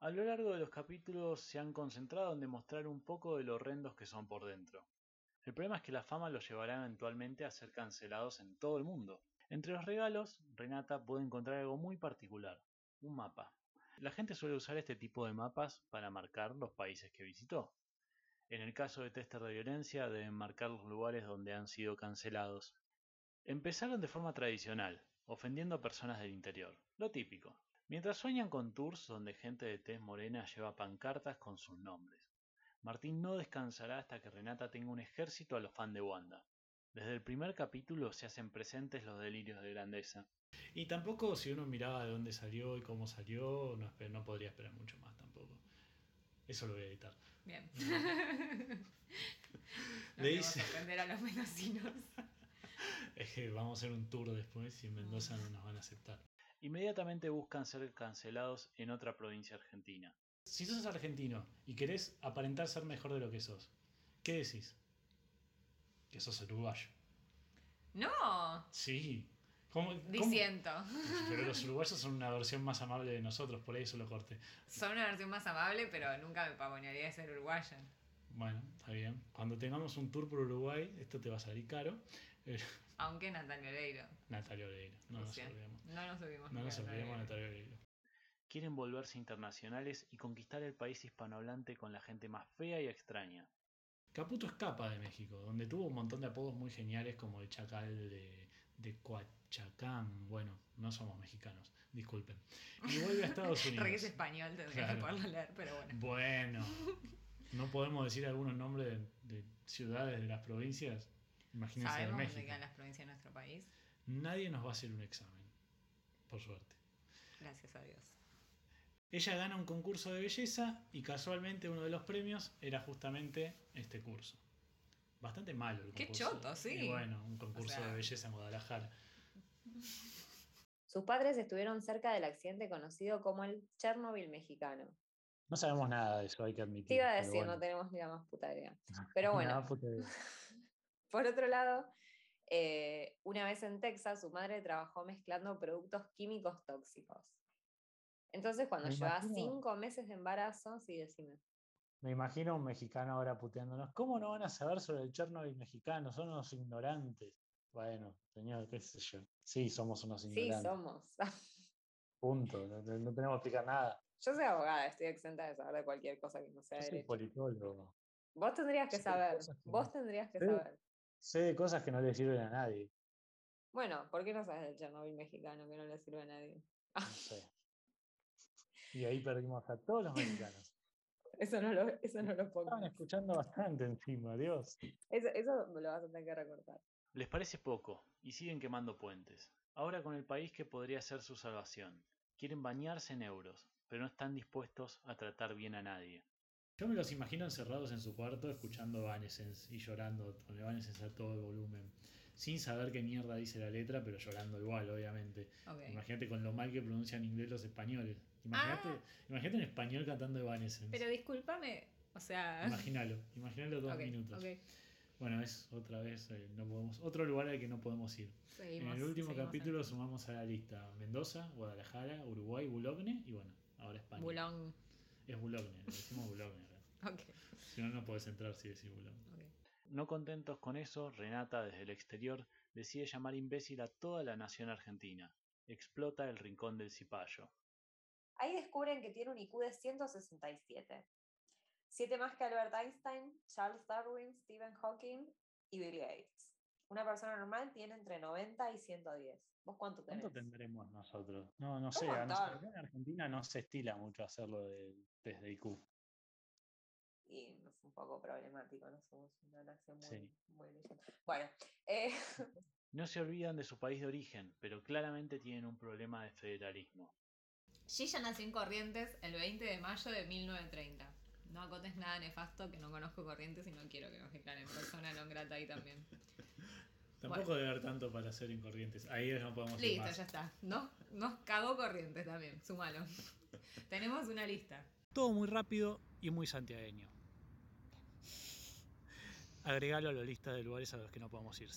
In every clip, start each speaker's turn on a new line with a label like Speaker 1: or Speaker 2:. Speaker 1: A lo largo de los capítulos se han concentrado en demostrar un poco de lo horrendos que son por dentro. El problema es que la fama los llevará eventualmente a ser cancelados en todo el mundo. Entre los regalos, Renata puede encontrar algo muy particular, un mapa. La gente suele usar este tipo de mapas para marcar los países que visitó. En el caso de tester de violencia, deben marcar los lugares donde han sido cancelados. Empezaron de forma tradicional, ofendiendo a personas del interior, lo típico. Mientras sueñan con tours donde gente de tez morena lleva pancartas con sus nombres. Martín no descansará hasta que Renata tenga un ejército a los fans de Wanda. Desde el primer capítulo se hacen presentes los delirios de grandeza.
Speaker 2: Y tampoco si uno miraba de dónde salió y cómo salió, no, esper- no podría esperar mucho más tampoco. Eso lo voy a editar.
Speaker 3: Bien.
Speaker 2: Le
Speaker 3: Le
Speaker 2: hice-
Speaker 3: a sorprender a los mendocinos.
Speaker 2: Es que eh, vamos a hacer un tour después y en Mendoza no nos van a aceptar.
Speaker 1: Inmediatamente buscan ser cancelados en otra provincia argentina.
Speaker 2: Si sos argentino y querés aparentar ser mejor de lo que sos, ¿qué decís? Que sos uruguayo.
Speaker 3: ¡No!
Speaker 2: Sí. ¿Cómo, cómo?
Speaker 3: Diciendo.
Speaker 2: Pero los uruguayos son una versión más amable de nosotros, por ahí eso lo corté.
Speaker 3: Son una versión más amable, pero nunca me pavonearía de ser uruguaya.
Speaker 2: Bueno, está bien. Cuando tengamos un tour por Uruguay, esto te va a salir caro. Eh,
Speaker 3: Aunque Natalia Oreiro.
Speaker 2: Natalia Oreiro, no
Speaker 3: o
Speaker 2: nos
Speaker 3: sea,
Speaker 2: olvidemos.
Speaker 3: No nos olvidemos.
Speaker 2: No nos
Speaker 3: nunca de
Speaker 2: olvidemos de
Speaker 3: Natalia
Speaker 2: Natalia Oreiro.
Speaker 1: Quieren volverse internacionales y conquistar el país hispanohablante con la gente más fea y extraña.
Speaker 2: Caputo escapa de México, donde tuvo un montón de apodos muy geniales como el chacal de, de Coachacán. Bueno, no somos mexicanos, disculpen. Y vuelve a Estados
Speaker 3: Oreiro.
Speaker 2: Unidos.
Speaker 3: Re que es español, tendría
Speaker 2: Claro.
Speaker 3: que poderlo leer, pero bueno.
Speaker 2: Bueno, no podemos decir algunos nombres de, de ciudades de las provincias. Imagínense de
Speaker 3: Sabemos dónde
Speaker 2: México.
Speaker 3: quedan las provincias de nuestro país.
Speaker 2: Nadie nos va a hacer un examen, por suerte.
Speaker 3: Gracias a Dios.
Speaker 2: Ella gana un concurso de belleza y casualmente uno de los premios era justamente este curso. Bastante malo el
Speaker 3: Qué
Speaker 2: concurso.
Speaker 3: choto, sí.
Speaker 2: Y bueno, un concurso
Speaker 3: sea-
Speaker 2: de belleza en Guadalajara.
Speaker 4: Sus padres estuvieron cerca del accidente conocido como el Chernobyl mexicano.
Speaker 2: No sabemos nada de eso, hay que admitir.
Speaker 4: Te iba a
Speaker 2: pero
Speaker 4: decir,
Speaker 2: bueno. Ah.
Speaker 4: no tenemos ni la más puta idea. Pero bueno,
Speaker 2: Nada, porque
Speaker 4: por otro lado, eh, una vez en Texas, su madre trabajó mezclando productos químicos tóxicos. Entonces, cuando
Speaker 2: Me
Speaker 4: llevaba
Speaker 2: imagino-
Speaker 4: cinco meses de embarazo, sí, decime.
Speaker 2: me imagino a un mexicano ahora puteándonos. ¿Cómo no van a saber sobre el Chernobyl mexicano? Son unos ignorantes. Bueno, señor, qué sé yo. Sí, somos unos
Speaker 4: Sí,
Speaker 2: ignorantes.
Speaker 4: somos.
Speaker 2: Punto. No, no- no tenemos que explicar nada.
Speaker 4: Yo soy abogada, estoy exenta de saber de cualquier cosa que no sea
Speaker 2: Yo soy
Speaker 4: derecho.
Speaker 2: politólogo.
Speaker 4: Vos tendrías que
Speaker 2: Soy
Speaker 4: saber,
Speaker 2: cosas que no-
Speaker 4: vos tendrías que
Speaker 2: Sí.
Speaker 4: saber.
Speaker 2: Sé de cosas que no le sirven a nadie.
Speaker 4: Bueno, ¿por qué no sabes del Chernobyl mexicano que no le sirve a nadie?
Speaker 2: No sé. Y ahí perdimos a todos los mexicanos.
Speaker 4: Eso no lo, eso no lo pongo.
Speaker 2: Estaban escuchando bastante encima, Dios.
Speaker 4: Eso, eso me lo vas a tener que recortar.
Speaker 1: Les parece poco y siguen quemando puentes. Ahora con el país que podría ser su salvación. Quieren bañarse en euros, pero no están dispuestos a tratar bien a nadie.
Speaker 2: Yo me los imagino encerrados en su cuarto escuchando Evanescence y llorando con Evanescence a todo el volumen. Sin saber qué mierda dice la letra, pero llorando igual, obviamente.
Speaker 3: Ok.
Speaker 2: Imagínate con lo mal que pronuncian inglés los españoles. Imagínate,
Speaker 3: Ah.
Speaker 2: imagínate un español cantando Evanescence.
Speaker 3: Pero discúlpame, o sea.
Speaker 2: Imagínalo, imagínalo dos
Speaker 3: Ok,
Speaker 2: minutos.
Speaker 3: ok.
Speaker 2: Bueno, es otra vez, eh, no podemos, otro lugar al que no podemos ir.
Speaker 3: Seguimos,
Speaker 2: en el último
Speaker 3: seguimos
Speaker 2: capítulo sumamos a la lista Mendoza, Guadalajara, Uruguay, Bulogne y bueno, ahora España.
Speaker 3: Bulón.
Speaker 2: Es Bulogne, le decimos Bulogne. acá.
Speaker 3: Ok,
Speaker 2: Si no, no podés entrar si decís Bulogne.
Speaker 3: ok.
Speaker 1: No contentos con eso, Renata desde el exterior decide llamar imbécil a toda la nación argentina. Explota el rincón del cipayo.
Speaker 4: Ahí descubren que tiene un IQ de 167. Siete más que Albert Einstein, Charles Darwin, Stephen Hawking y Bill Gates. Una persona normal tiene entre 90 y 110. ¿Vos cuánto tenés?
Speaker 2: ¿Cuánto tendremos nosotros? No, no sé.
Speaker 4: Un
Speaker 2: a nosotros-
Speaker 4: montón.
Speaker 2: acá en Argentina no se estila mucho hacerlo de, desde IQ.
Speaker 4: y es un poco problemático, no somos una nación muy,
Speaker 2: Sí.
Speaker 4: muy brillante. Bueno, eh,
Speaker 1: No se olvidan de su país de origen, pero claramente tienen un problema de federalismo.
Speaker 3: Gilla nació en Corrientes el 20 de mayo de 1930. No acotes nada nefasto que no conozco Corrientes y no quiero que nos declaren persona non grata ahí también.
Speaker 2: Tampoco debe haber tanto para hacer en corrientes. Ahí no podemos ir
Speaker 3: Listo,
Speaker 2: más.
Speaker 3: ya está. Nos, nos cagó Corrientes también, sumalo. Tenemos una lista.
Speaker 2: Todo muy rápido y muy santiagueño. Agregalo a la lista de lugares a los que no podemos ir.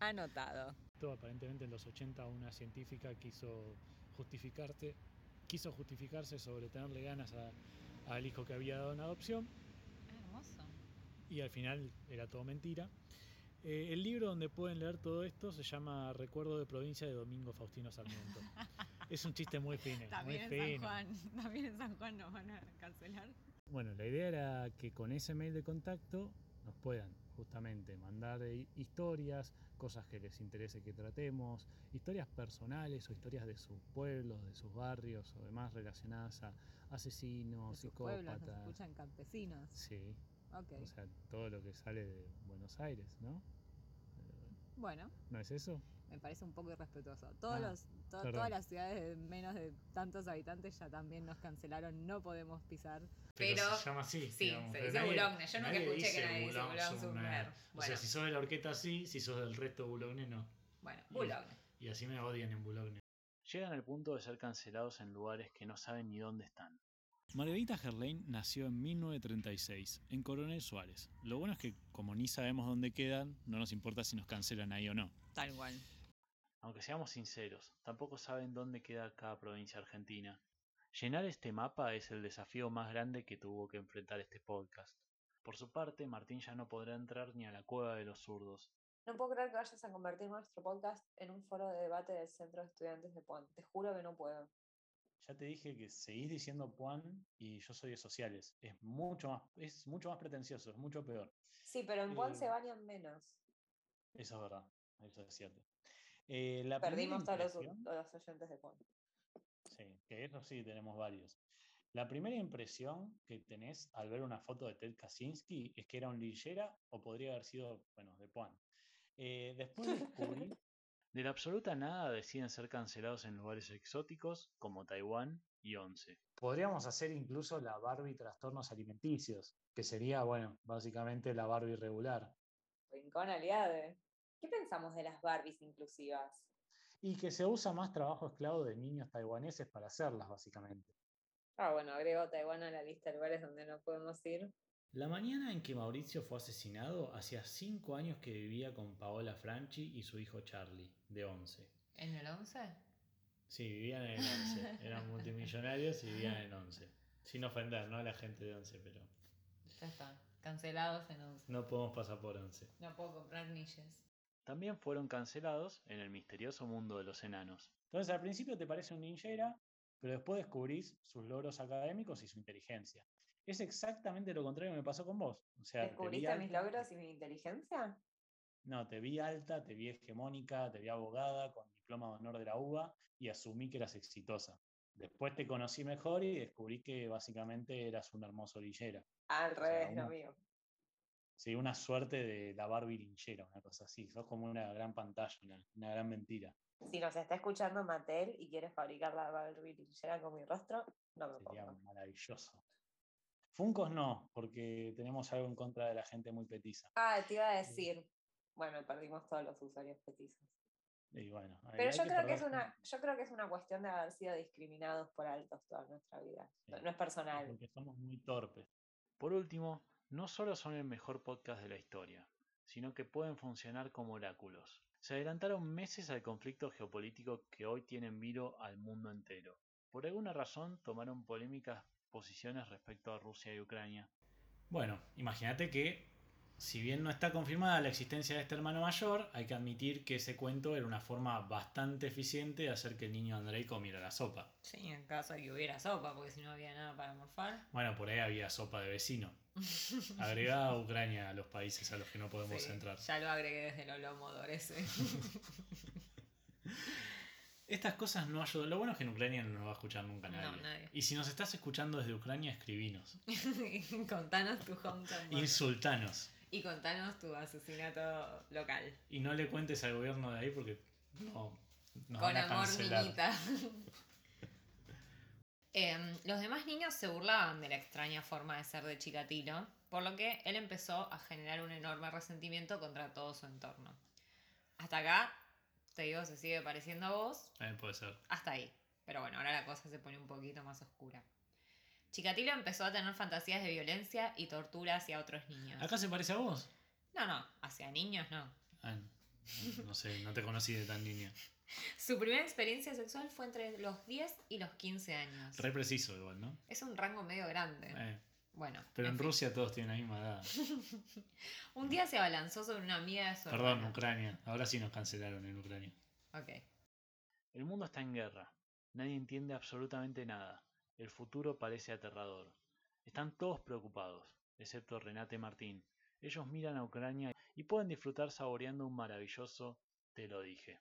Speaker 3: anotado.
Speaker 2: Esto aparentemente en los 80 una científica quiso justificarse, qui-
Speaker 5: quiso justificarse sobre tenerle ganas a- al hijo que había dado en adopción
Speaker 3: Ah, hermoso.
Speaker 5: y al final era todo mentira. Eh, el libro donde pueden leer todo esto se llama Recuerdo de Provincia de Domingo Faustino Sarmiento. Es un chiste muy fino. muy
Speaker 3: También en San
Speaker 5: fino.
Speaker 3: Juan, también en San Juan nos van a cancelar.
Speaker 5: Bueno, la idea era que con ese mail de contacto nos puedan justamente mandar eh, historias, cosas que les interese que tratemos, historias personales o historias de sus pueblos, de sus barrios o demás relacionadas a asesinos, psicópatas.
Speaker 3: campesinos.
Speaker 5: Sí,
Speaker 3: Ok.
Speaker 5: o sea, todo lo que sale de Buenos Aires, ¿no? Eh,
Speaker 3: Bueno,
Speaker 5: ¿No es eso?
Speaker 3: me parece un poco irrespetuoso. Todos
Speaker 5: Ah,
Speaker 3: los, to-
Speaker 5: perdón.
Speaker 3: todas las ciudades de menos de tantos habitantes ya también nos cancelaron, no podemos pisar.
Speaker 5: Pero,
Speaker 3: Pero-
Speaker 5: se llama así.
Speaker 3: Sí,
Speaker 5: digamos,
Speaker 3: se
Speaker 5: pero
Speaker 3: dice
Speaker 5: nadie-
Speaker 3: bulogne. Yo nunca
Speaker 5: nadie
Speaker 3: escuché
Speaker 5: dice
Speaker 3: que nadie dice
Speaker 5: bulogne,
Speaker 3: bulogne
Speaker 5: son una-
Speaker 3: mujer.
Speaker 5: O sea,
Speaker 3: Bueno,
Speaker 5: si sos de la orquesta sí, si sos del resto bulogne no.
Speaker 3: bueno, bulogne.
Speaker 5: bulogne. Y así me odian en Boulogne.
Speaker 2: Llegan al punto de ser cancelados en lugares que no saben ni dónde están. Margarita Gerlain nació en 1936 en Coronel Suárez. Lo bueno es que como ni sabemos dónde quedan, no nos importa si nos cancelan ahí o no.
Speaker 3: Tal cual.
Speaker 2: Aunque seamos sinceros, tampoco saben dónde queda cada provincia argentina. Llenar este mapa es el desafío más grande que tuvo que enfrentar este podcast. Por su parte, Martín ya no podrá entrar ni a la cueva de los zurdos.
Speaker 4: No puedo creer que vayas a convertir nuestro podcast en un foro de debate del Centro de Estudiantes de Puan. Te juro que no puedo.
Speaker 2: Ya te dije que seguís diciendo Puan y yo soy de sociales. Es mucho más, es mucho más pretencioso, es mucho peor.
Speaker 4: Sí, pero en Puan se
Speaker 2: Eh,
Speaker 4: bañan menos.
Speaker 2: Eso es verdad, eso es cierto. Eh, la primera
Speaker 4: Perdimos todos los,
Speaker 2: impresión-
Speaker 4: todos los oyentes de Puan.
Speaker 2: Sí, que eso sí tenemos varios. La primera impresión que tenés al ver una foto de Ted Kaczynski es que era un linchera o podría haber sido, bueno, de Puan. Eh, después descubrí... De la absoluta nada deciden ser cancelados en lugares exóticos como Taiwán y Once. Podríamos hacer incluso la Barbie trastornos alimenticios, que sería, bueno, básicamente la Barbie regular.
Speaker 4: Rincón aliade. ¿Qué pensamos de las Barbies inclusivas?
Speaker 2: Y que se usa más trabajo esclavo de niños taiwaneses para hacerlas, básicamente.
Speaker 4: Ah, bueno, agrego Taiwán a la lista de lugares donde no podemos ir.
Speaker 5: La mañana en que Mauricio fue asesinado, hacía cinco años que vivía con Paola Franchi y su hijo Charlie, de 11.
Speaker 3: ¿En el 11?
Speaker 5: Sí, vivían en 11. Eran multimillonarios y vivían en 11. Sin ofender, ¿no? A la gente de 11, pero
Speaker 3: Ya está, cancelados en 11.
Speaker 5: no podemos pasar por 11.
Speaker 3: No puedo comprar niches.
Speaker 2: también fueron cancelados en el misterioso mundo de los enanos. Entonces al principio te parece un ninjera, pero después descubrís sus logros académicos y su inteligencia. Es exactamente lo contrario que me pasó con vos. O sea, te vi
Speaker 4: ¿Descubriste mis
Speaker 2: alta-
Speaker 4: logros y mi inteligencia?
Speaker 2: No, te vi alta, te vi hegemónica, te vi abogada con diploma de honor de la UBA y asumí que eras exitosa. Después te conocí mejor y descubrí que básicamente eras un hermoso linchera.
Speaker 4: Al
Speaker 2: sea,
Speaker 4: revés, lo
Speaker 2: una-
Speaker 4: mío.
Speaker 2: Sí, una suerte de la Barbie linchera, una cosa así. Sos como una gran pantalla, una- una gran mentira.
Speaker 4: Si nos está escuchando Mattel y quieres fabricar la Barbie linchera con mi rostro, no me
Speaker 2: Sería
Speaker 4: pongo.
Speaker 2: maravilloso. Funcos no, porque tenemos algo en contra de la gente muy petiza.
Speaker 4: Ah, te iba a decir. Bueno, perdimos todos los usuarios petizos.
Speaker 2: Y bueno, ahí
Speaker 4: Pero
Speaker 2: hay
Speaker 4: yo creo que
Speaker 2: perder
Speaker 4: es una, yo creo que es una cuestión de haber sido discriminados por altos toda nuestra vida. No,
Speaker 2: Sí.
Speaker 4: no es
Speaker 2: con-
Speaker 4: personal.
Speaker 2: Porque somos muy torpes. Por último, no solo son el mejor podcast de la historia, sino que pueden funcionar como oráculos. Se adelantaron meses al conflicto geopolítico que hoy tiene en vilo al mundo entero. Por alguna razón tomaron polémicas posiciones respecto a Rusia y Ucrania.
Speaker 5: Bueno, imagínate que, si bien no está confirmada la existencia de este hermano mayor, hay que admitir que ese cuento era una forma bastante eficiente de hacer que el niño Andrei comiera la sopa.
Speaker 3: Sí, en caso de que hubiera sopa, porque si no había nada para morfar.
Speaker 5: Bueno, por ahí había sopa de vecino. Agregada a Ucrania a los países a los que no podemos
Speaker 3: Sí,
Speaker 5: entrar.
Speaker 3: Ya lo agregué desde el Olomodor ese.
Speaker 5: Estas cosas no ayudan. Lo bueno es que en Ucrania no nos va a escuchar nunca
Speaker 3: No,
Speaker 5: nadie.
Speaker 3: nadie.
Speaker 5: Y si nos estás escuchando desde Ucrania, escribinos.
Speaker 3: contanos tu hometown. boy.
Speaker 5: Insultanos.
Speaker 3: Y contanos tu asesinato local.
Speaker 5: Y no le cuentes al gobierno de ahí porque no. Nos
Speaker 3: Con
Speaker 5: van a
Speaker 3: amor,
Speaker 5: cancelar.
Speaker 3: niñita. Em, los demás niños se burlaban de la extraña forma de ser de Chikatilo, por lo que él empezó a generar un enorme resentimiento contra todo su entorno. Hasta acá, te digo, se sigue pareciendo a vos,
Speaker 5: Eh, puede ser.
Speaker 3: hasta ahí. Pero bueno, ahora la cosa se pone un poquito más oscura. Chikatilo empezó a tener fantasías de violencia y tortura hacia otros niños.
Speaker 5: Acá se parece a vos.
Speaker 3: No, no, hacia niños no.
Speaker 5: Ah, no.
Speaker 2: No sé, no te conocí de tan niña.
Speaker 3: Su primera experiencia sexual fue entre los 10 y los 15 años.
Speaker 2: Re preciso igual, ¿no?
Speaker 3: Es un rango medio grande.
Speaker 2: Eh,
Speaker 3: Bueno.
Speaker 2: pero en
Speaker 3: en fin.
Speaker 2: Rusia todos tienen la misma edad.
Speaker 3: Un día se abalanzó sobre una amiga de su
Speaker 2: Perdón,
Speaker 3: hermana.
Speaker 2: Ucrania. Ahora sí nos cancelaron en Ucrania.
Speaker 3: Ok.
Speaker 1: El mundo está en guerra. Nadie entiende absolutamente nada. El futuro parece aterrador. Están todos preocupados, excepto Renate y Martín. Ellos miran a Ucrania y pueden disfrutar saboreando un maravilloso Te lo dije.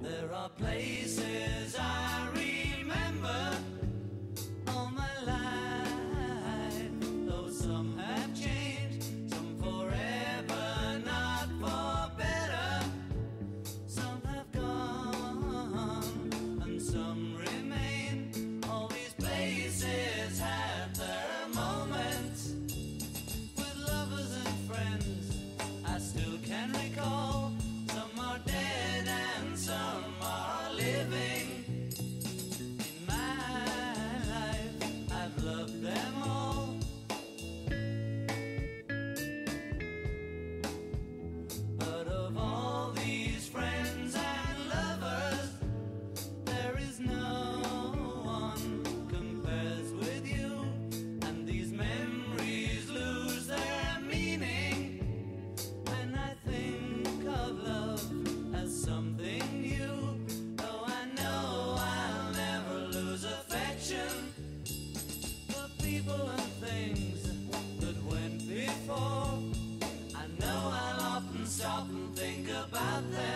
Speaker 6: There are places I remember all my life, though some have changed, some forever, not for better. Some have gone and some remain. All these places had their moments with lovers and friends. I still can recall some are dead and some are living. In my life, I've loved them all. But of all these friends and lovers, there is no one compares with you, and these memories lose their meaning when I think of love as something new. Though I know I'll never lose affection for people and things that went before. I know I'll often stop and think about them.